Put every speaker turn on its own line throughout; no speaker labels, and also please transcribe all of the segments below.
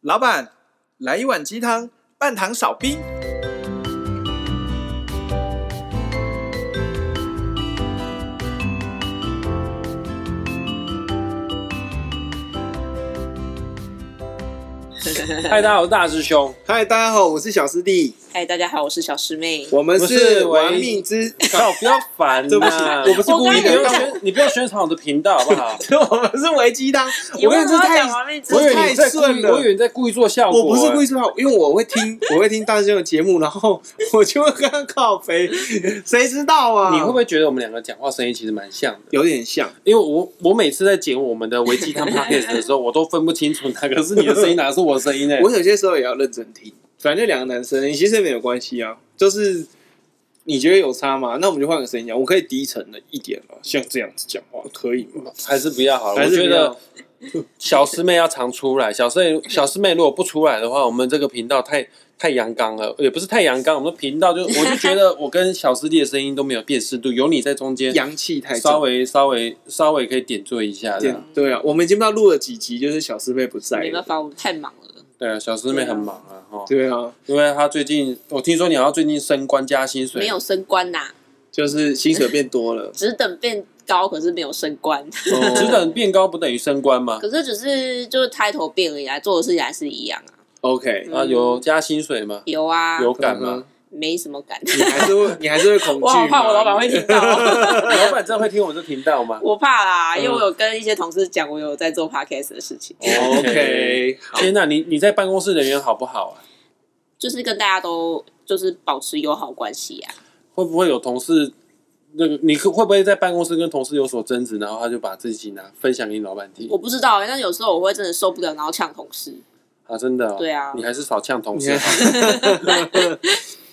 老板，来一碗鸡汤，半糖少冰。
嗨，哎大家好，我是大师兄。
嗨，大家好，我是小师弟，
嗨，大家好，我是小师妹。
我们
我是
是
唯
玩命之，
靠，不 要烦
对不起，
啦！
我不是
我
故意
刚
你不
刚
的
用
有，
宣，你不用宣传我的频道，好不 好？
但我们是维鸡汤。我
有
跟你说
没有
太
讲，完命之
我以为
太
你在故
顺
意，
了
我以为你在故意做效果。
我不是故意说好，因为我会听， 我会听大师兄的节目，然后 我就会跟他靠肥， 谁知道啊？
你会不会觉得我们两个讲话声音其实蛮像的？
有点像？
因为我我每次在剪我们的维基汤 podcast 的时候，我都分不清楚哪个是你的声音，哪个是我的声音呢？欸
我有些时候也要认真听。反正两个男生，其实没有关系啊，就是你觉得有差吗？那我们就换个声音讲，我可以低沉了一点了，像这样子讲话可以吗？
还是不要好了。
还
我
是
觉
不要
得小师妹要常出来，小师妹小师妹如果不出来的话，我们这个频道太太阳刚了，也不是太阳刚，我们频道就我就觉得我跟小师弟的声音都没有辨识度，有你在中间，
阳气太
稍
重。
微稍微稍微可以点缀一下这
对
样。
对啊，我们已经不知道录了几集，就是小师妹不在
没办
了。
法，我们太忙了。
对啊，小师妹很忙啊，哈，
对啊，
因为她最近我听说你好像最近升官加薪水，哦
没有升官呐、，
就是薪水变多了
只等变高，可是没有升官，
职
哦
等变高不等于升官吗？
可是只是就是 title 变而已啊，做的事情还是一样啊。
OK，嗯
啊，有加薪水 吗？
有啊，
有嗯感吗？
没什么感。
你还是会，你还是会恐惧吗。
我好怕我老板会听到，啊
老板真的会听我这频道吗
我怕啦，
嗯
因为我有跟一些同事讲，我有在做 podcast 的事情，
OK，好，
天呐，你你在办公室人缘好不好啊？
就是跟大家都就是保持友好关系啊。
会不会有同事那个你会不会在办公室跟同事有所争执，然后他就把自己拿分享给你老板听
我？不知道、欸但有时候我会真的受不了，然后呛同事。
啊，真的、哦？
对啊
你还是少呛同
你
事
看。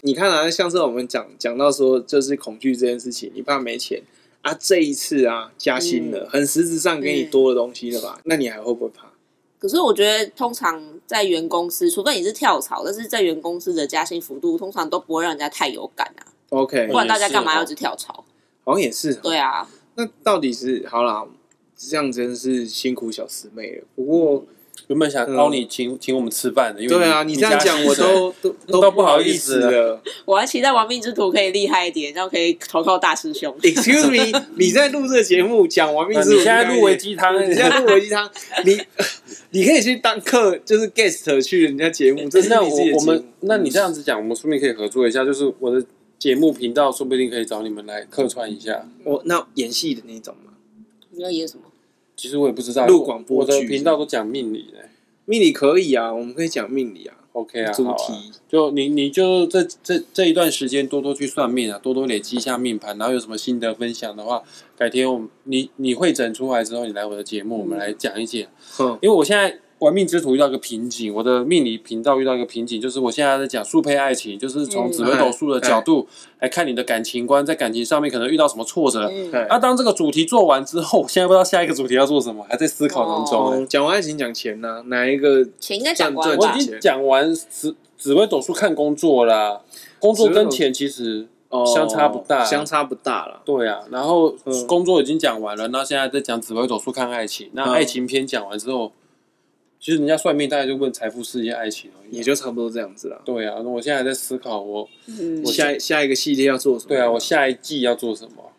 你看啊，像是我们讲讲到说，就是恐惧这件事情，你怕没钱啊，这一次啊加薪
嗯
了，很实质上给你多的东西了吧？那你还会不会怕？
可是我觉得，通常在原公司，除非你是跳槽，但是在原公司的加薪幅度通常都不会让人家太有感啊，
OK，
不然大家干嘛
也是哦
要一直跳槽？
好像也是。哦
对，啊，
那到底是好啦，这样真是辛苦小师妹了。不过，
原本想
嗯
邀你请请我们吃饭的，因为
对啊，
你
你这样讲我都都
都
都
不好意思
思了。。
我还期待《亡命之徒》可以厉害一点，这样可以投靠大师兄
Excuse me，你在录这个节目讲完
啊你
命
加薪
之后，
水你现在入
维
围鸡汤，
你现在录维鸡汤，你你可以去当客，就是 guest 去人家节目，这是
哎那
你自己的嗯
我我
节目
们，那你这样子讲，我们说不定可以合作一下，就是我的节目频道，说不定可以找你们来客串一下。
我那演戏的那种嘛，
你要演什么？
其实我也不知道，
录广播
我的
剧
频道都讲命理的。
命理可以啊，我们可以讲命理啊，
OK 啊，
主
好啊
题
就你你就这这这一段时间多多去算命啊，多多累积一下命盘，然后有什么心得分享的话，改天我们你你会诊出来之后，你来我的节目，我
嗯
们来讲一讲。
哼，
因为我现在玩命之徒遇到一个瓶颈，我的命理频道遇到一个瓶颈，就是我现在在讲速配爱情，就是从紫微斗数的角度来看你的感情观，在感情上面可能遇到什么挫折。
嗯，
哎
那、当这个主题做完之后，我现在不知道下一个主题要做什么，还在思考当中、
哦，讲完爱情讲钱呐，哪一个
钱应该讲完
赚
我
吧
已？经讲完紫紫微斗数看工作啦，工作跟钱其实
哦
相差不大啊
相差不大了。
对啊。然后
嗯
工作已经讲完了，那现在在讲紫微斗数看爱情。那
嗯
爱情篇讲完之后，其实人家算命大概就问财富、事业、爱情而已
也。就差不多这样子啦。
对啊，那我现在还在思考我，
嗯
我，
下下一个系列要做什么？
对啊，我下一季要做什么？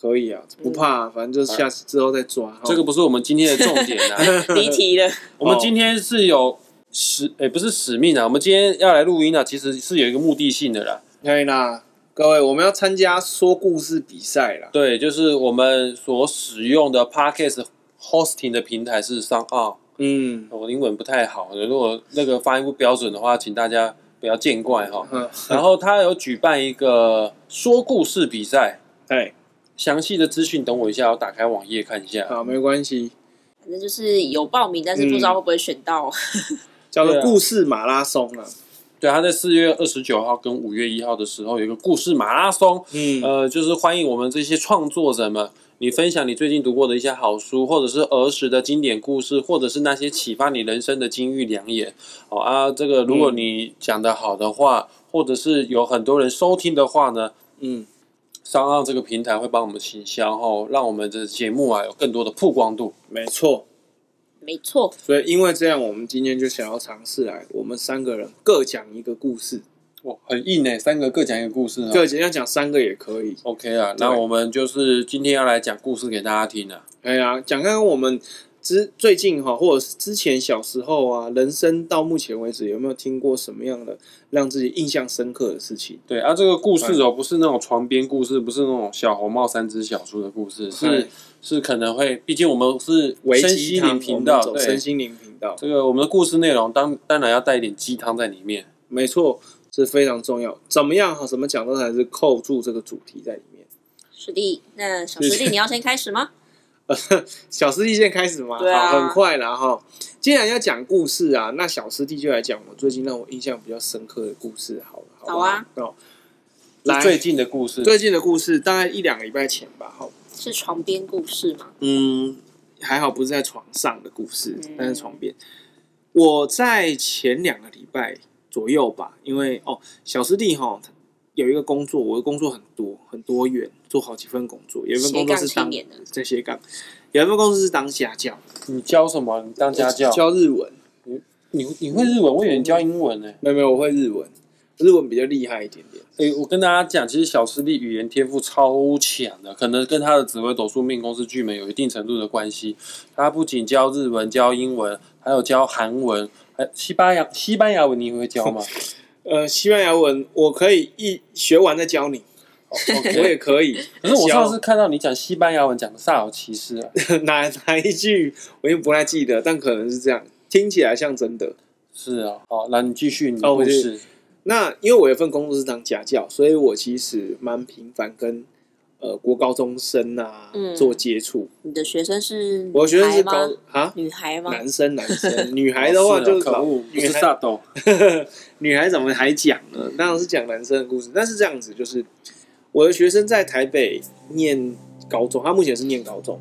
可以啊，不怕啊，反正就是下次之后再抓。
这个不是我们今天的重点啊。
离题了。
我们今天是有使，诶，不是使命啊，我们今天要来录音啊，其实是有一个目的性的啦。
可以啦，哎各位，我们要参加说故事比赛啦。
对，就是我们所使用的 Podcast hosting 的平台是 s o n On。
嗯
我英文不太好，如果那个发音不标准的话，请大家不要见 怪哈。
嗯，
然后他有举办一个说故事比赛，
哎，
详细的资讯等我一下，我打开网页看一下。
好，没关系，
反正就是有报名，但是不知道会不会选到。
叫
对
做
啊
故事马拉松啊。
对，他在四月二十九号跟五月一号的时候有一个故事马拉松，
嗯，
呃，就是欢迎我们这些创作者们，你分享你最近读过的一些好书，或者是儿时的经典故事，或者是那些启发你人生的金玉良言。哦啊，这个如果
嗯
你讲得好的话，或者是有很多人收听的话呢，
嗯，
商澳这个平台会帮我们行销，后让我们的节目啊有更多的曝光度。
没错，
没错，
所以因为这样，我们今天就想要尝试来，我们三个人各讲一个故事，
哇，很硬诶，三个各讲一个故事啊。
各讲要讲三个也可以。
OK 啊，那
对
我们就是今天要来讲故事给大家听啊。
哎呀，讲看看我们之最近哈，或者是之前小时候啊，人生到目前为止有没有听过什么样的让自己印象深刻的事情？
对啊，这个故事哦，不是那种床边故事，不是那种小红帽三只小猪的故事，是
哎
是可能会，毕竟我们是
维
身
基
心
汤
灵频道，
我们走
对
身，心灵频道，
这个我们的故事内容当当然要带一点鸡汤在里面。
没错，这非常重要。怎么样哈，怎么讲都还是扣住这个主题在里面。
师弟，那小师
是
弟你要先开始吗？
小师弟先开始嘛，
对啊
好，很快啦哈。既然要讲故事啊，那小师弟就来讲我最近让我印象比较深刻的故事好了，好不
好啊，
哦，
是
来
最近的故事，
最近的故事大概一两个礼拜前吧，好，
是床边故事吗？
嗯，还好不是在床上的故事
嗯，
但是床边。我在前两个礼拜左右吧，因为哦，小师弟哈有一个工作，我的工作很多很多元，做好几份工作，有一份
斜
工作
杠
是
青
当
年的，
在斜杠，有一份工作是当家教，
你教什么？你当家教？
教日文，
你你会日文？我以为你教英文呢、
没有没有，我会日文，日文比较厉害一点点。
诶、我跟大家讲，其实小师弟语言天赋超强的，可能跟他的紫微斗数命宫是巨门有一定程度的关系。他不仅教日文、教英文，还有教韩文，还西班牙西班牙文，你会教吗
呃，西班牙文我可以一学完再 教你，我
？OK。
也可以。
可是我
教
上次看到你讲西班牙文，讲的煞有其事 啊，
哪哪一句我也不太记得，但可能是这样，听起来像真的。
是啊。好，那你继续你的
哦
故
我
事。
那因为我有一份工作是当家教，所以我其实蛮频繁跟呃国高中生啊、
嗯
做接触。
你的学生是
我觉得是
女孩
高
吗
啊，
女孩吗？
男生男生， 女孩的话
哦
就是
啊可
老
恶，不
女
是
孩
煞斗。
女孩怎么还讲呢？当然是讲男生的故事，但是这样子就是我的学生在台北念高中，他目前是念高中。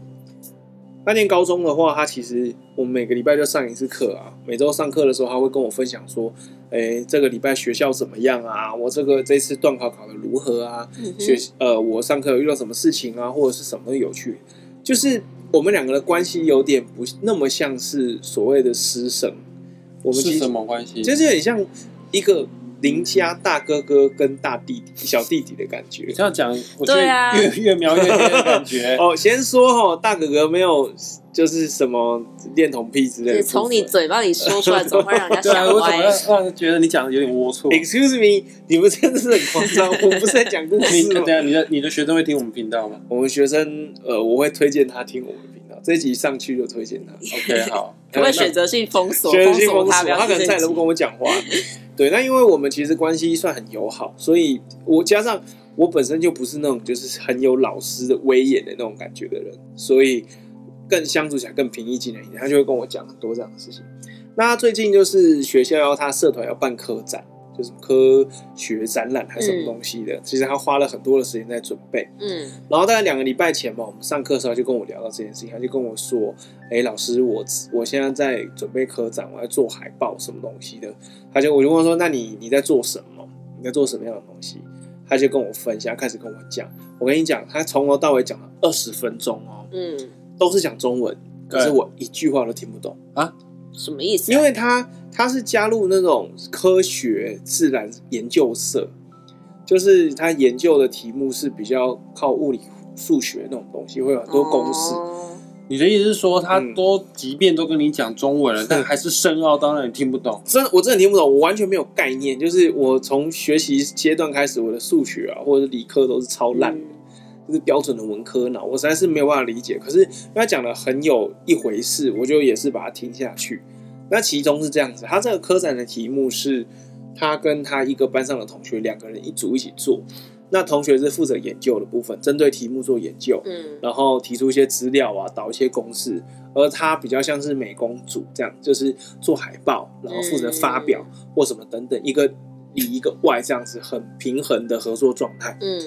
他念高中的话，他其实我们每个礼拜就上一次课啊。每周上课的时候，他会跟我分享说：“诶，这个礼拜学校怎么样啊？我这个这次段考考的如何啊？
嗯哼
学习呃，我上课有遇到什么事情啊，或者是什么有趣，就是我们两个的关系有点不那么像是所谓的师生，我们其
是
实
什么关系？
就是很像一个邻家大哥哥跟大弟弟、小弟弟的感
你
觉。
这样讲，我觉得
对啊
越越描越黑的感觉。
哦，先说哦，大哥哥没有就是什么恋童癖之类的
也
部分。
从你嘴巴里说出来，总会让人
对
家
啊，
想
为什
歪
么。让让人觉得你讲的有点龌龊？
Excuse me，你们真的是很夸张，我不是在讲故
你
事吗
等一？下你的你的学生会听我们频道吗
我们学生呃，我会推荐他听我们频道，这集上去就推荐他。
？OK，好，
可不可以选择性封锁？
学习封
他，
锁，
不要
他可能
听
再
这
也都不
集
跟我讲 话。对，那因为我们其实关系算很友好，所以我加上我本身就不是那种就是很有老师的威严的那种感觉的人，所以更相处起来更平易近人一点。他就会跟我讲很多这样的事情。那他最近就是学校要他社团要办科展，就是科学展览还是什么东西的，其实他花了很多的时间在准备。
嗯，
然后大概两个礼拜前吧，我们上课的时候他就跟我聊到这件事情，他就跟我说：“哎，老师，我我现在在准备科展，我要做海报什么东西的。”他就我就问他说：“那你你在做什么？你在做什么样的东西？”他就跟我分享，开始跟我讲。我跟你讲，他从头到尾讲了二十分钟哦，
嗯，
都是讲中文，可是
对
我一句话都听不懂。
什么意思啊？
因为他他是加入那种科学自然研究社，就是他研究的题目是比较靠物理数学那种东西，会有很多公式。
哦
你的意思是说，他
嗯
都即便都跟你讲中 文了，但还是深奥，当然你听不懂。
真的我真的听不懂，我完全没有概念。就是我从学习阶段开始，我的数学啊或者是理科都是超烂的，就是标准的文科脑，我实在是没有办法理解。可是因为他讲的很有一回事，我就也是把它听下去。那其中是这样子，他这个科展的题目是他跟他一个班上的同学两个人一组一起做，那同学是负责研究的部分，针对题目做研究。
嗯，
然后提出一些资料啊，导一些公式，而他比较像是美工组这样，就是做海报，然后负责发表或什么等等，一个里一个外这样子很平衡的合作状态。
嗯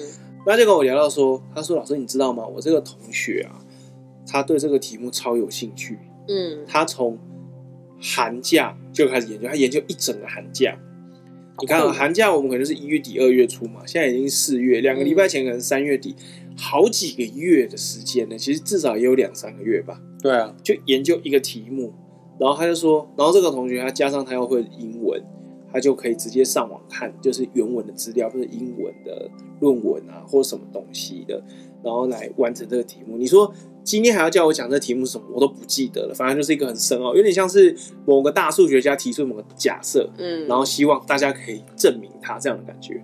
那就跟我聊到说，他说：“老师，你知道吗？我这个同学啊，他对这个题目超有兴趣，
嗯，
他从寒假就开始研究，他研究一整个寒假。你看、啊，
好酷
寒假我们可能就是一月底、二月初嘛，现在已经四月，两个礼拜前可能三月底，好几个月的时间呢，其实至少也有两三个月吧，
对啊，
就研究一个题目。然后他就说，然后这个同学他加上他又会英文，他就可以直接上网看，就是原文的资料或者英文的论文啊，或什么东西的，然后来完成这个题目。你说今天还要叫我讲这题目是什么，我都不记得了，反正就是一个很深奥，有点像是某个大数学家提出某个假设，
嗯，
然后希望大家可以证明它这样的感觉。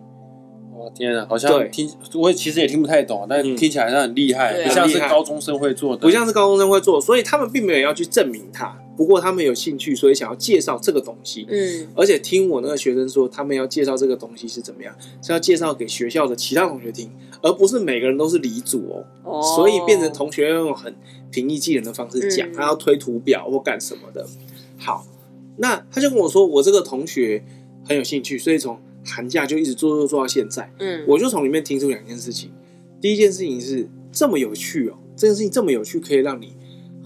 哇天啊，好
对
像听我其实也听不太懂，啊但
嗯
听起来好像很厉害，
对啊
不像
很厉
是
害
高中生会做的，
不像是高中生会做，所以他们并没有要去证明它。不过他们有兴趣，所以想要介绍这个东西。
嗯
而且听我那个学生说，他们要介绍这个东西是怎么样，是要介绍给学校的其他同学听，而不是每个人都是理组哦。
哦，
所以变成同学要用很平易近人的方式讲，
嗯
他要推图表或干什么的。好，那他就跟我说，我这个同学很有兴趣，所以从寒假就一直做做做到现在。
嗯
我就从里面听出两件事情。第一件事情是这么有趣哦，这件事情这么有趣，可以让你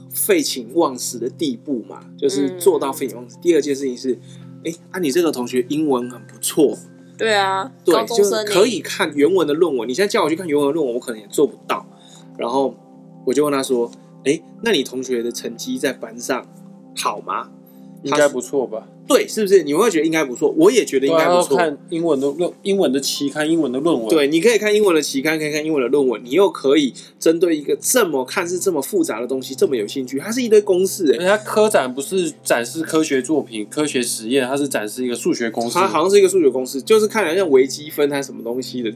废寝忘食的地步嘛，就是
嗯
做到废寝忘食。第二件事情是，哎，啊，你这个同学英文很不错，
对啊，
对
高，中
就是
生
可
欸
以看原文的论文。你现在叫我去看原文的论文，我可能也做不到。然后我就问他说，哎，那你同学的成绩在班上好吗？
应该不错吧？
对，是不是？你会觉得应该不错，我也觉得应该
对啊
不错。
看英文的论英文的期刊、英文的论文，
对，你可以看英文的期刊，可以看英文的论文，你又可以针对一个这么看似这么复杂的东西这么有兴趣，它是一堆公式、欸，
人家科展不是展示科学作品、科学实验，它是展示一个数学公式。
它好像是一个数学公式，就是看起来像微积分还是什么东西的，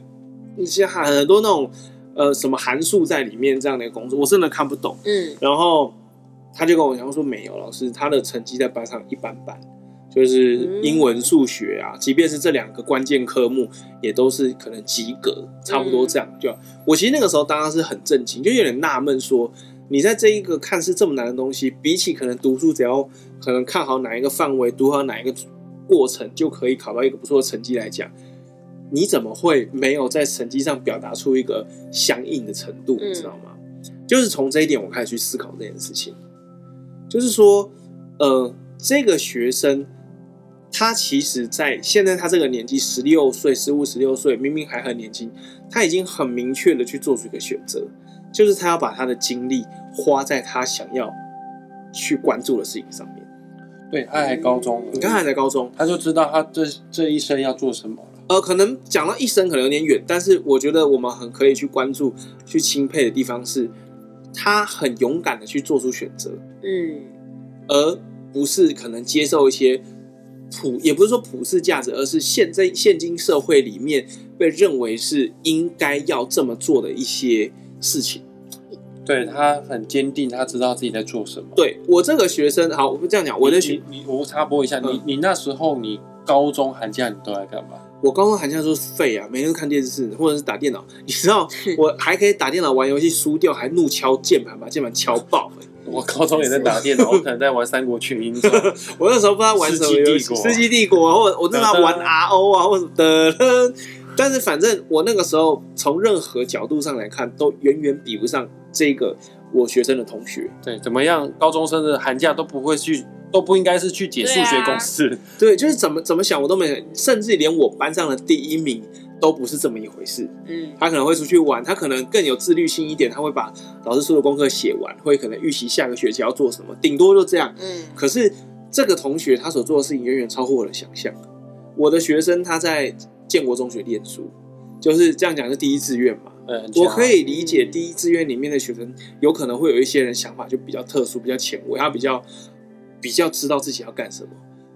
一些很多那种呃什么函数在里面这样的公式，我真的看不懂。
嗯
然后他就跟我讲说，没有老师，他的成绩在班上一般般，就是英文、数学啊，即便是这两个关键科目，也都是可能及格，差不多这样。就我其实那个时候当然是很震惊，就有点纳闷说。你在这一个看似这么难的东西，比起可能读书，只要可能看好哪一个范围，读好哪一个过程，就可以考到一个不错的成绩来讲，你怎么会没有在成绩上表达出一个相应的程度？
嗯
你知道吗？就是从这一点，我开始去思考这件事情，就是说，呃，这个学生他其实在现在他这个年纪，十六岁、十五、十六岁，明明还很年轻，他已经很明确的去做出一个选择，就是他要把他的精力花在他想要去关注的事情上面。
对，他还高中，
你看，他还在高中，
他就知道他这这一生要做什么了。
呃，可能讲到一生可能有点远，但是我觉得我们很可以去关注、去钦佩的地方是，他很勇敢的去做出选择，
嗯
而不是可能接受一些普，也不是说普世价值，而是现在现今社会里面被认为是应该要这么做的一些事情。
对他很坚定，他知道自己在做什么。
对我这个学生，好，我不这样讲，我
你
的学，
你你我插播一下，
嗯
你你那时候你高中寒假你都在干嘛？
我高中寒假就是废啊，每天都看电视或者是打电脑，你知道，我还可以打电脑玩游戏输掉，还怒敲键盘，把键盘敲爆、欸
我高中也在 打电脑，我可能在玩《三国群英传》。
我那时候不知道玩什么游戏，《世
世
纪帝国》，或者我那时候 玩 RO 啊，或者的。 但是反正我那个时候从任何角度上来看，都远远比不上这个我学生的同学。
对，怎么样？高中生的寒假都不会去，都不应该是去解数
啊
学公式。
对，就是怎么怎么想我都没想，甚至连我班上的第一名都不是这么一回事。
嗯
他可能会出去玩，他可能更有自律性一点，他会把老师说的功课写完，会可能预习下个学期要做什么，顶多就这样。
嗯
可是这个同学他所做的事情远远超乎我的想象。我的学生他在建国中学念书，就是这样讲是第一志愿嘛。
嗯，
我可以理解
嗯
第一志愿里面的学生有可能会有一些人想法就比较特殊、比较前卫，他比较比较知道自己要干什么。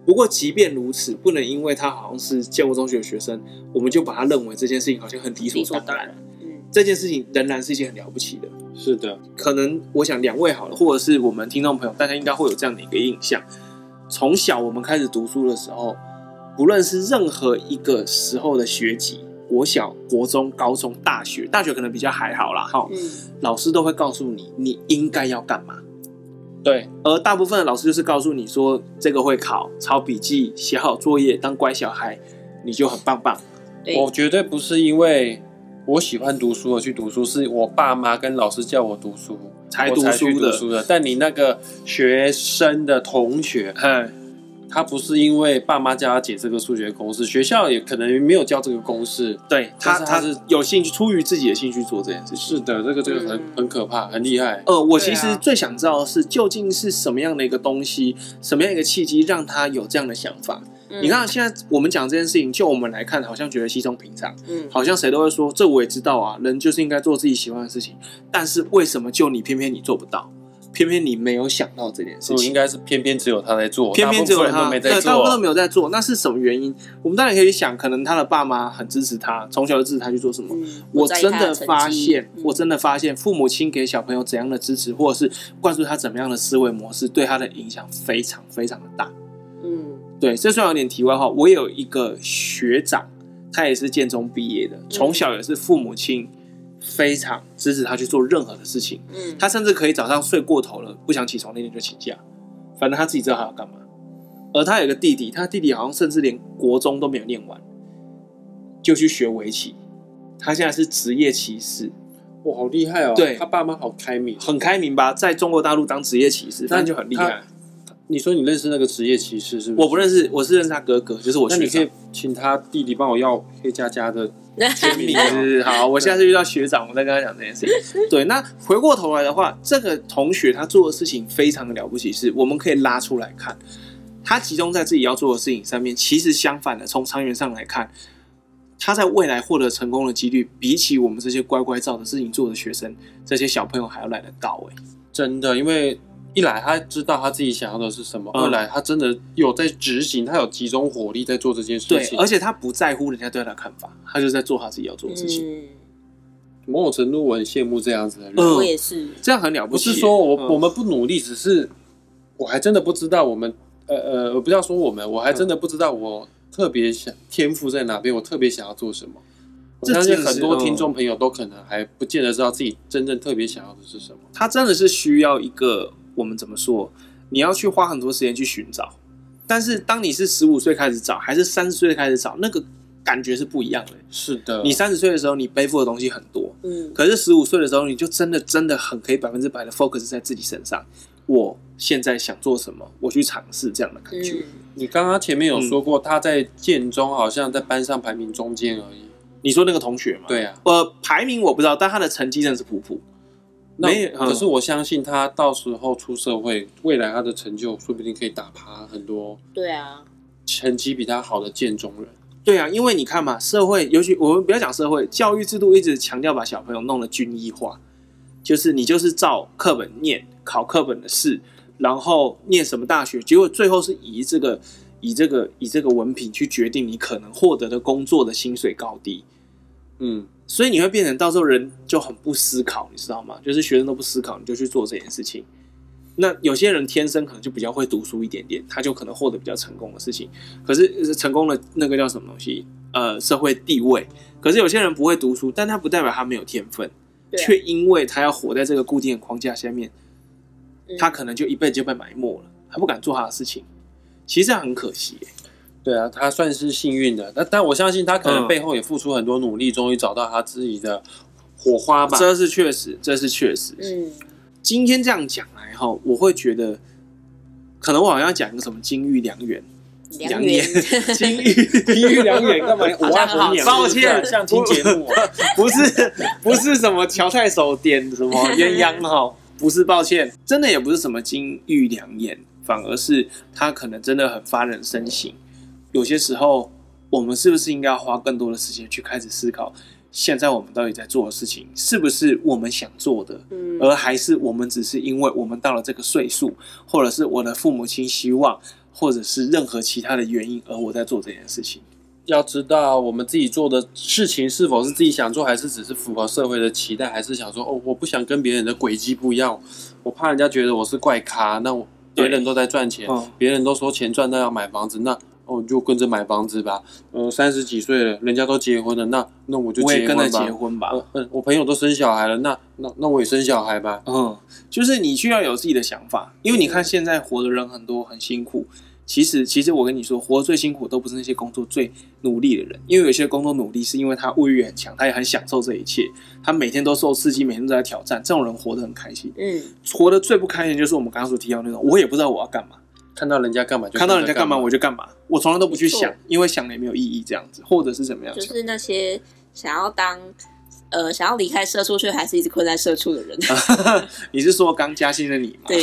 不过即便如此，不能因为他好像是建国中学的学生，我们就把他认为这件事情好像很理
理所
所
当
当然。
然，嗯
这件事情仍然是一件很了不起的。
是的，
可能我想两位好了，或者是我们听众朋友，大家应该会有这样的一个印象：从小我们开始读书的时候，不论是任何一个时候的学籍，国小、国中、高中、大学，大学可能比较还好啦，哈，
嗯
老师都会告诉你你应该要干嘛。
对，
而大部分的老师就是告诉你说，这个会考，抄笔记，写好作业，当乖小孩，你就很棒棒。
对，
我绝对不是因为我喜欢读书而去读书，是我爸妈跟老师叫我读书
才
我
读
才
书
去读
的
书的。但你那个学生的同学，
哎，
他不是因为爸妈叫他解这个数学公式，学校也可能没有教这个公式。
对他，
但
他
是他
是
是
有兴趣，出于自己的兴趣做这件事情。
是的，这个这个很、
嗯
很可怕，很厉害。
呃，我
对
其实
啊
最想知道的是，究竟是什么样的一个东西，什么样一个契机，让他有这样的想法？
嗯
你，看，现在我们讲这件事情，就我们来看，好像觉得稀松平常，
嗯，
好像谁都会说，这我也知道啊，人就是应该做自己喜欢的事情。但是为什么就你偏偏你做不到，偏偏你没有想到这件事
就
情
嗯应？该是偏偏只有他在做，
偏偏只有
大部分
他，
人都没在
对，大部分都
做。
没有在做，那是什么原因？我们当然可以想，可能他的爸妈很支持他，从小就支持他去做什么。
嗯
我
在意
真
他
的
成
发
绩
现，
嗯
我真的发现，父母亲给小朋友怎样的支持，或者是灌输他怎么样的思维模式，对他的影响非常非常的大。
嗯
对，这虽然有点题外话，我也有一个学长，他也是建中毕业的，
嗯
从小也是父母亲非常支持他去做任何的事情，
嗯，
他甚至可以早上睡过头了，不想起床那天就请假，反正他自己知道他要干嘛。而他有个弟弟，他弟弟好像甚至连国中都没有念完，就去学围棋。他现在是职业棋士，
哇，好厉害哦！
对
他爸妈好开明。哦
很开明吧？在中国大陆当职业棋士，那就很厉害。
你说你认识那个职业骑士是不是？
我不认识，我是认识他哥哥，就是我
那
学
你可
长
以。请他弟弟帮我要黑加加的全名
是是是好，我下次遇到学长，我再跟他讲这件事情。对，那回过头来的话，这个同学他做的事情非常的了不起，是我们可以拉出来看，他集中在自己要做的事情上面。其实相反的，从长远上来看，他在未来获得成功的几率，比起我们这些乖乖照的事情做的学生，这些小朋友还要来得高哎、
真的，因为一来他知道他自己想要的是什么，
嗯
二来他真的有在执行，他有集中火力在做这件事
对，
情。
而且他不在乎人家对他的看法，他就在做他自己要做的事情，
嗯，
某种程度我很羡慕这样子的人，
嗯
我也是，
这样很了
不
起
是
耶。
说我、
嗯
我们不努力，只是我还真的不知道我们呃呃，我不要说我们，我还真的
嗯
不知道我特别想天赋在哪边，我特别想要做什么。我
这
相信
真的是
很多
嗯
听众朋友都可能还不见得知道自己真正特别想要的是什么。
它真的是需要一个我们怎么说，你要去花很多时间去寻找。但是当你是十五岁开始找，还是三十岁开始找，那个感觉是不一样的。
是的，
你三十岁的时候，你背负的东西很多，
嗯，
可是十五岁的时候，你就真的真的很可以百分之百的 focus 在自己身上。我现在想做什么，我去尝试这样的感觉。
嗯，
你刚刚前面有说过，他在建中好像在班上排名中间而已。
你说那个同学嘛，，
对啊，
呃，排名我不知道，但他的成绩真的是普普。
那
没嗯有
可是我相信他到时候出社会，未来他的成就说不定可以打趴很多
对啊，
成绩比他好的建中人。
对啊，因为你看嘛，社会尤其我们不要讲社会，教育制度一直强调把小朋友弄得军医化，就是你就是照课本念，考课本的试，然后念什么大学，结果最后是以这个以这个以这个文凭去决定你可能获得的工作的薪水高低，
嗯，
所以你会变成到时候人就很不思考，你知道吗？就是学生都不思考，你就去做这件事情。那有些人天生可能就比较会读书一点点，他就可能获得比较成功的事情。可是呃成功的那个叫什么东西？呃，社会地位。可是有些人不会读书，但他不代表他没有天分，
对啊
却因为他要活在这个固定的框架下面，
嗯
他可能就一辈子就被埋没了，他不敢做他的事情。其实这样很可惜耶、
对啊，他算是幸运的，但但我相信他可
嗯
能背后也付出很多努力，终于找到他自己的火花吧。
这是确实，这是确实。
嗯，
今天这样讲来哈，我会觉得，可能我好像要讲一个什么金玉良 缘，
良缘，
金玉金玉良缘干嘛？哎我
好像很好吃
抱歉，
像听节目啊、
不是不是什么乔太守点什么鸳鸯哈，不是，抱歉，真的也不是什么金玉良言，反而是他可能真的很发人深省。有些时候，我们是不是应该花更多的时间去开始思考，现在我们到底在做的事情是不是我们想做的？
嗯，
而还是我们只是因为我们到了这个岁数，或者是我的父母亲希望，或者是任何其他的原因，而我在做这件事情。
要知道我们自己做的事情是否是自己想做，还是只是符合社会的期待，还是想说哦，我不想跟别人的轨迹不一样，我怕人家觉得我是怪咖，那我
对
别人都在赚钱
嗯，
别人都说钱赚到要买房子，那哦就跟着买房子吧。呃，三十几岁了，人家都结婚了，那那我就
我也
结
跟着
婚
结
吧。
婚吧。
呃呃，我朋友都生小孩了，那那那我也生小孩吧。
嗯，就是你需要有自己的想法，因为你看现在活的人很多，很辛苦。其实，其实我跟你说，活得最辛苦都不是那些工作最努力的人，因为有些工作努力是因为他物欲很强，他也很享受这一切，他每天都受刺激，每天都在挑战，这种人活得很开心。
嗯，
活得最不开心就是我们刚刚所提到那种，我也不知道我要干嘛，
看到人家干嘛就
看到人家干嘛
我
我就干嘛，我从来都不去
没错
想，因为想了也没有意义，这样子，或者是怎么样
就
想？
是那些想要当呃想要离开社畜却还是一直困在社畜的人，
啊你是说刚加薪的你吗？
对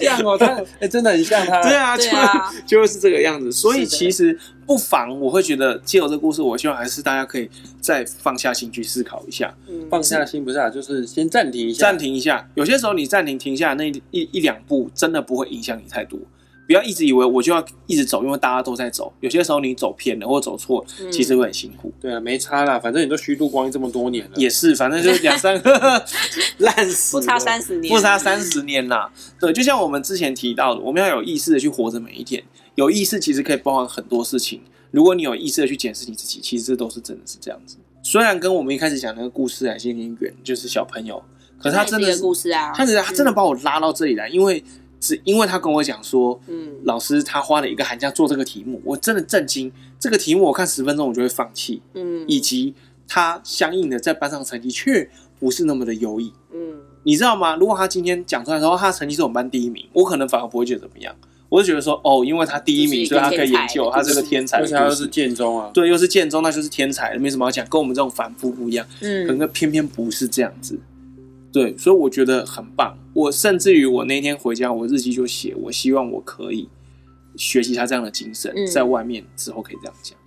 像哦，他 哎真的很像他，
对啊，
对啊，
就就是这个样子。所以
是的
其实不妨，我会觉得借由这个故事，我希望还是大家可以再放下心去思考一下，
嗯，
放下心不是啊，就是先暂停一
啊
下，
暂停一下。有些时候你暂停停下那一一一两步，真的不会影响你太多。不要一直以为我就要一直走，因为大家都在走。有些时候你走偏了或走错了，
嗯
其实会很辛苦。
对啊，没差啦，反正你都虚度光阴这么多年了，
也是，反正就是两三个 烂死
不
了，
差三十年，
不差三十年啦。对，就像我们之前提到的，我们要有意识的去活着每一天。有意识其实可以包含很多事情。如果你有意识的去检视你自己，其实这都是真的是这样子。虽然跟我们一开始讲那个故事还是有点远，就是小朋友，可是他
它
真
也
的
是一
是
个故事啊，
他只是他真的把我拉到这里来，因为只因为他跟我讲说，
嗯，
老师他花了一个寒假做这个题目，我真的震惊。这个题目我看十分钟我就会放弃，
嗯嗯
以及他相应的在班上成绩却不是那么的优异。
嗯
你知道吗？如果他今天讲出来说他成绩是我们班第一名，我可能反而不会觉得怎么样。我就觉得说，哦，因为他第一名，
就
所以
是一个
他可以
天才
研究，他是个啊天才的
而
故事，
且他又是建中啊，
对，又是建中，那就是天才，没什么好讲。跟我们这种凡夫不一样，可
嗯
能偏偏不是这样子。对，所以我觉得很棒。我甚至于我那天回家，我日记就写，我希望我可以学习他这样的精神，
嗯
在外面之后可以这样讲，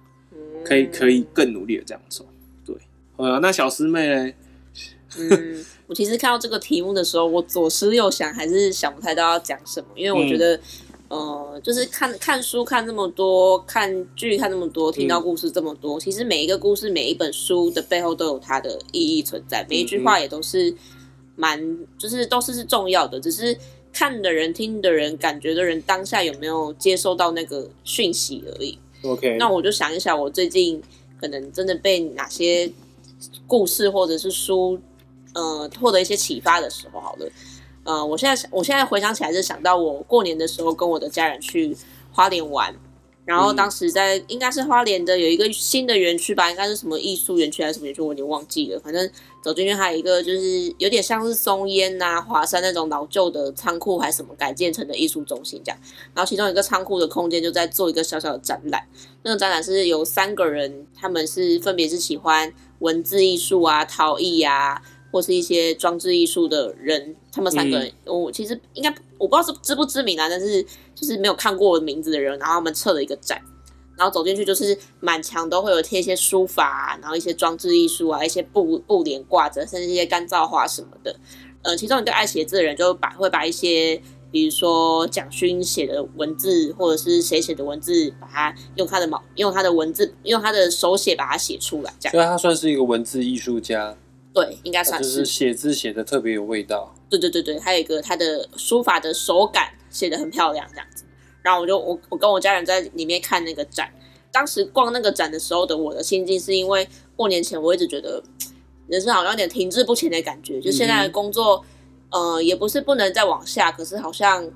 可以可以更努力的这样做。对，呃，那小师妹嘞，
嗯，我其实看到这个题目的时候，我左思右想，还是想不太到要讲什么，因为我觉得，呃，就是看看书看这么多，看剧看这么多，听到故事这么多，其实每一个故事、每一本书的背后都有它的意义存在，每一句话也都是蛮，就是都是是重要的，只是。看的人、听的人、感觉的人，当下有没有接收到那个讯息而已？
，OK，
那我就想一想，我最近可能真的被哪些故事或者是书，呃，获得一些启发的时候，好了，呃，我现在我现在回想起来，是想到我过年的时候跟我的家人去花莲玩。然后当时在应该是花莲的有一个新的园区吧，应该是什么艺术园区还是什么园区，我有点忘记了。反正走进去还有一个就是有点像是松烟呐、华山那种老旧的仓库还是什么改建成的艺术中心这样。然后其中有一个仓库的空间就在做一个小小的展览，那个展览是由三个人，他们是分别是喜欢文字艺术啊、陶艺啊，或是一些装置艺术的人。他们三个人，我、其实应该我不知道是知不知名啊，但是就是没有看过我的名字的人，然后他们测了一个展。然后走进去就是满墙都会有贴一些书法、啊，然后一些装置艺术啊，一些布布帘挂着，甚至一些干燥花什么的。呃，其中一个爱写字的人就把会把一些，比如说蒋勋写的文字，或者是谁写的文字，把它用他的毛，用他的文字，用他的手写把它写出来，这样
所以他算是一个文字艺术家，
对，应该算
就是是写字写的特别有味道。
对对对对，还有一个他的书法的手感写的很漂亮这样子。然后我就我我跟我家人在里面看那个展，当时逛那个展的时候的我的心境是因为过年前我一直觉得嘖人生好像有点停滞不前的感觉，就现在的工作，呃，也不是不能再往下，可是好像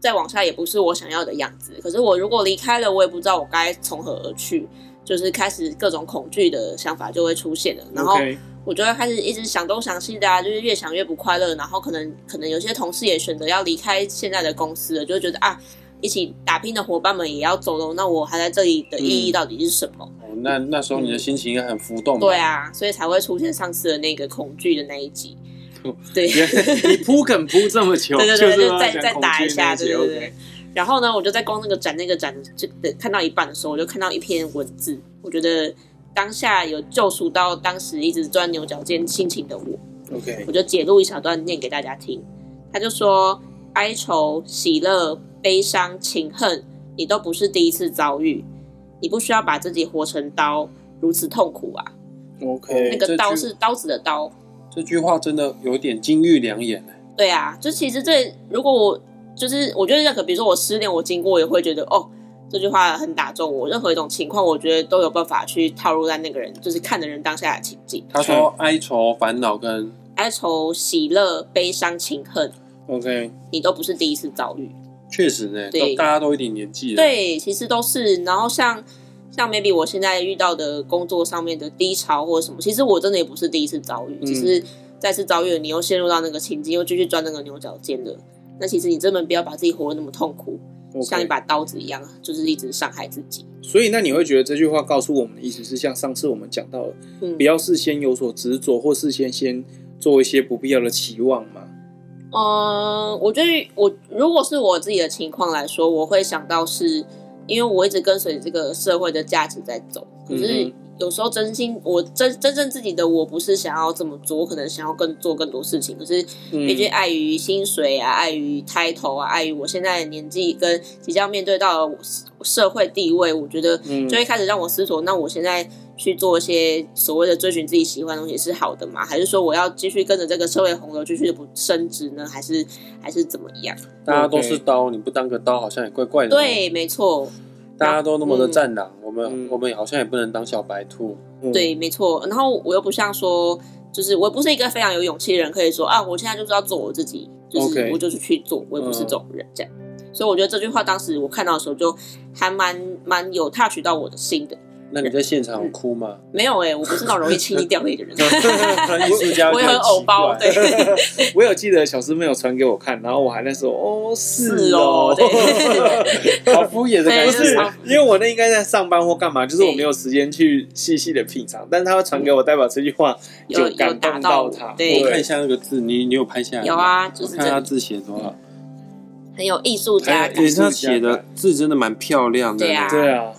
再往下也不是我想要的样子。可是我如果离开了，我也不知道我该从何而去，就是开始各种恐惧的想法就会出现了，然后。
OK
我就会开始一直想东想西的啊，就是越想越不快乐。然后可能可能有些同事也选择要离开现在的公司了，就会觉得啊，一起打拼的伙伴们也要走了，那我还在这里的意
嗯
义到底是什么？
哦，那那时候你的心情应该很浮动吧？
对啊，所以才会出现上次的那个恐惧的那一集。对，
你铺梗铺这么久，
对对
嗯就
对，
是
就
要
再
讲
再
恐
打
惧
一下，
那
对
集
对
OK
对。然后呢，我就在逛那个展，那个展就呃看到一半的时候，我就看到一篇文字，我觉得当下有救赎到当时一直钻牛角尖心情的我。
OK，
我就解录一小段念给大家听。他就说：哀愁、喜乐、悲伤、情恨，你都不是第一次遭遇，你不需要把自己活成刀，如此痛苦啊！
OK，
那个
这
刀
句
是刀子的刀，
这句话真的有点金玉良言欸
对啊，就其实这如果我就是我觉得任何，比如说我失恋，我经过我也会觉得哦。这句话很打中我，任何一种情况，我觉得都有办法去套入在那个人，就是看的人当下的情境，
他说
嗯
哀愁、烦恼跟
哀愁、喜乐、悲伤、情恨，
OK，
你都不是第一次遭遇。
确实呢，
对
都大家都有点年纪了。，
对，其实都是。然后像像 maybe 我现在遇到的工作上面的低潮或者什么，其实我真的也不是第一次遭遇，只是再次遭遇了，你又陷入到那个情境，又继续钻那个牛角尖了。那其实你根本不要把自己活得那么痛苦
OK
像一把刀子一样，就是一直伤害自己。
所以，那你会觉得这句话告诉我们的意思是，像上次我们讲到的，
嗯
不，要事先有所执着，或事先先做一些不必要的期望嘛？
呃，我觉得我如果是我自己的情况来说，我会想到是因为我一直跟随这个社会的价值在走，可
嗯
是有时候真心我真真正自己的我不是想要这么做，我可能想要更做更多事情，可是
嗯
毕竟碍于薪水啊，碍于 title 啊，碍于我现在的年纪跟即将面对到的社会地位，我觉得
嗯
就会开始让我思索，那我现在去做一些所谓的追寻自己喜欢的东西是好的吗？还是说我要继续跟着这个社会洪流继续的不升值呢？还是还是怎么样？
大家都是刀，你不当个刀好像也怪怪的。，哦
对，没错，
大家都那么的战狼，我
嗯
们我们好像也不能当小白兔。
嗯
对，没错。然后我又不像说，就是我不是一个非常有勇气的人，可以说啊，我现在就是要做我自己，就是
OK
我就是去做，我也不是这种人、这样。所以我觉得这句话当时我看到的时候，就还蛮蛮有 touch 到我的心的。
那你在现场有哭 吗？
没有哎、我不是那种容易轻易掉泪 的人，
艺术家
我
就
也很偶包，
奇怪
对，
我有记得小师妹有传给我看，然后我还那时候哦 是
是
哦
哦，对
好敷衍的感
对
不
就是
觉。
是
因为我那应该在上班或干嘛，就是我没有时间去细细的品尝，但是他会传给我，代表这句话
有
就
有
感
打
动
到我
他。
对
我看一下那个字，你你有拍下来吗？
有啊，就是
我
真
看他
的
字写多少，
很有艺术家
哎
感。
对他写的字真的蛮漂亮的。
对啊
对 啊，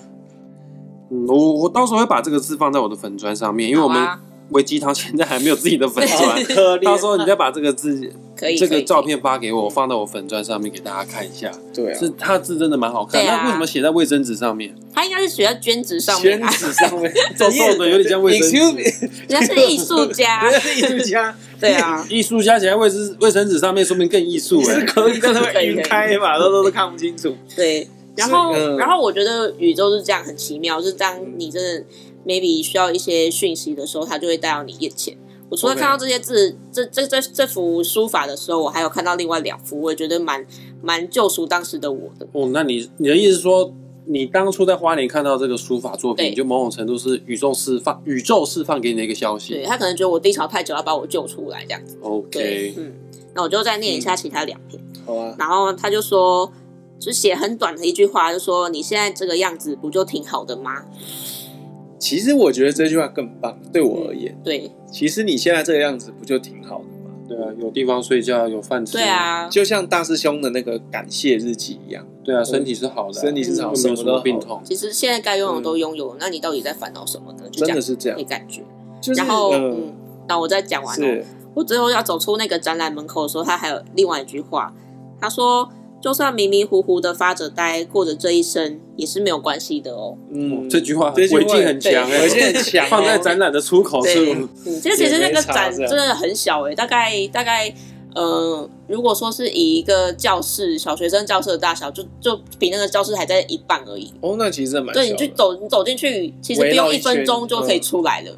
嗯，我我到时候会把这个字放在我的粉砖上面，因为我
好
们
啊
维基堂现在还没有自己的粉
好
砖。
啊 可
到
怜。
时候你再把这个字、
可以
这
可
个
以
照片发给我，放到我粉砖上面给大家看一下。
对啊，
是他字真的蛮好看，
对啊
那为什么写在卫生纸上面？
他应该是写在宣纸上面
宣
啊，
纸上面
皱皱的有点像卫生纸
Excuse me，
人家是艺术 家，
人家是艺术家，
对啊，
艺术加起来卫生卫生纸上面，说明更艺术哎、
是可以让他们云开嘛，都都都看不清楚。
对，然后、
所以嗯
然后我觉得宇宙是这样很奇妙，就是当你真的 maybe 需要一些讯息的时候，它就会带到你眼前。我除了
OK
看到这些字这这这这幅书法的时候，我还有看到另外两幅，我也觉得蛮蛮救赎当时的我的。
哦，那你你的意思是说，你当初在花莲看到这个书法作
对
品，你就某种程度是宇宙释放宇宙释放给你的一个消
对啊
息。
他可能觉得我低潮太久，要把我救出来这样子。对
OK，
嗯，那我就再念一
嗯
下其他两篇。
好啊，
然后他就说，就写很短的一句话，就说你现在这个样子不就挺好的吗？
其实我觉得这句话更棒，对我而言，
对
其实你现在这个样子不就挺好的吗？
对啊，有地方睡觉，有饭吃，
对，啊，
就像大师兄的那个感谢日记一样，
对啊，身体是好的
嗯
啊、
身体是好，
又没有
什
什
么都
么
好
病，痛。
其实现在该拥有都拥有，那你到底在烦恼什么呢？就
嗯真
这
的
样
是这样
没。感觉。
就是
然后，嗯
嗯，，
那我再讲完哦。
是
我最后要走出那个展览门口的时候，他还有另外一句话，他说：“就算迷迷糊糊的发着呆过着这一生，也是没有关系的哦。
嗯
这句话
这
违
句话
禁很强哎、
违禁很强哦
放在展览的出口
对
处。”
嗯，这其实
也
那
没
个
差
展
这样
真的很小诶、大概大概。呃，如果说是以一个教室小学生教室的大小，就就比那个教室还在一半而已。
哦，那其实蛮
对，你
小
就
的
走你走进去，其实不
围绕
用
一
一分钟
圈
就可以
嗯
出来了。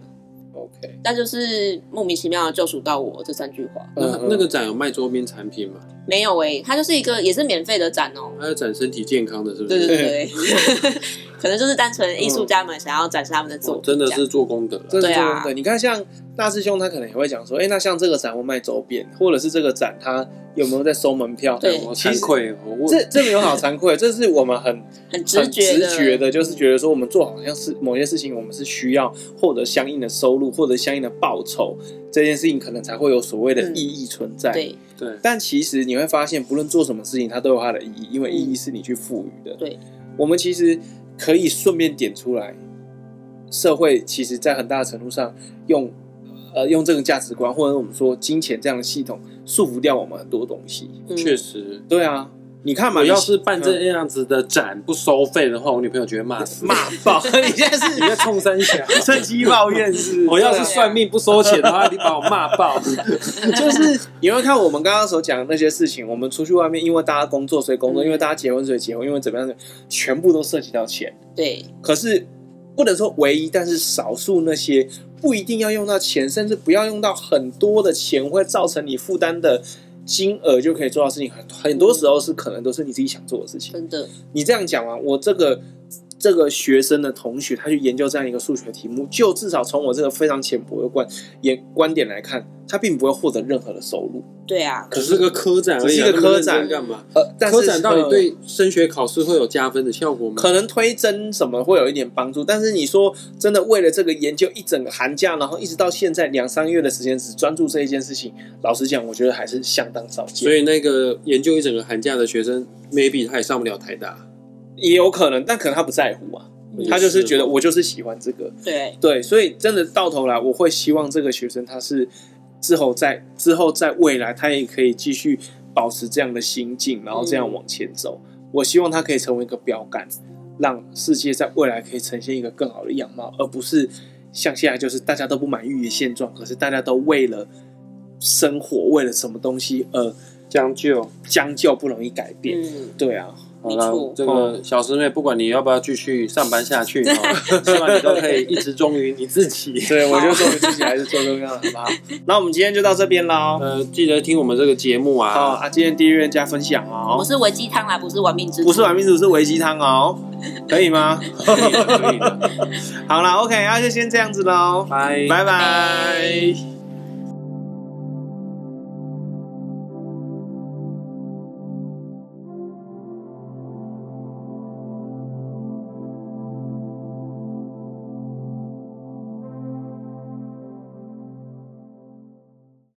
OK，
但就是莫名其妙的救赎到我这三句话，
嗯
那那个展有卖周边产品吗？
没有诶、它就是一个也是免费的展哦。
它有展身体健康的，是不
对
是？
对对， 可能就是单纯艺术家们想要展示他们的作
哦
品，
真的
这样
是做功德了。
这是
对啊
真的。你看，像大师兄他可能也会讲说，哎，那像这个展会卖周边，或者是这个展他有没有在收门票？
对
我
其实
惭愧，哦我问
这这没有好惭愧，这是我们很
很直
很
觉
直
的，嗯
觉的，就是觉得说我们做好像是某些事情，我们是需要获得相应的收入，获得相应的报酬，这件事情可能才会有所谓的
嗯
意义存在。
对
对，
但其实你会发现，不论做什么事情，它都有它的意义，因为意义是你去赋予的。
嗯对，
我们其实可以顺便点出来，社会其实在很大的程度上用呃用这种价值观，或者我们说金钱这样的系统，束缚掉我们很多东西。
嗯
确实。
对啊，你看嘛，
我要
你
是办这样子的展不收费的话，我女朋友绝对骂死。
嗯骂爆， 你现在
你在冲 三峡。
是趁机抱怨是不是？
我要是
对啊
算命不收钱的话，你把我骂 爆。
就是你会看我们刚刚所讲的那些事情，我们出去外面，因为大家工作所以工作，
嗯
因为大家结婚所以结婚，因为怎么样，全部都涉及到钱。
对
可是不能说唯一，但是少数那些不一定要用到钱，甚至不要用到很多的钱，会造成你负担的金额就可以做到事情。很很多时候是可能都是你自己想做的事情。
真的
你这样讲完，我这个这个学生的同学，他去研究这样一个数学题目，就至少从我这个非常浅薄的观眼观点来看，他并不会获得任何的收入。
对啊，
可是个科展而已
只
啊，
是个科展
那么认真干嘛？
呃，但是
科展到底对升学考试会有加分的效果吗？
可能推甄什么会有一点帮助，但是你说真的为了这个研究一整个寒假，然后一直到现在两三个月的时间只专注这一件事情，老实讲，我觉得还是相当少见。
所以那个研究一整个寒假的学生，maybe 他也上不了台大。
也有可能，但可能他不在乎啊，他就是觉得我就是喜欢这个。
嗯对，
对，所以真的到头来，我会希望这个学生他是之后在之后在未来，他也可以继续保持这样的心境，然后这样往前走。我希望他可以成为一个标杆，让世界在未来可以呈现一个更好的样貌，而不是像现在就是大家都不满意于现状，可是大家都为了生活，为了什么东西而
将就。
将就，不容易改变。
嗯，
对啊，
好
没
啦
错
这个小师妹，不管你要不要继续上班 下去，哦希望你都可以一直忠于你自己。
对，我就说我自己还是做重要，好不好？那我们今天就到这边喽。
呃，记得听我们这个节目
好
啊。
啊，今天订阅加分享
我
哦，
是维鸡汤啦，不是玩命之徒
不是碗面组是维鸡汤哦，可以吗？
可以的可以的，
啊好啦 o k 那、就先这样子喽，
拜
拜拜。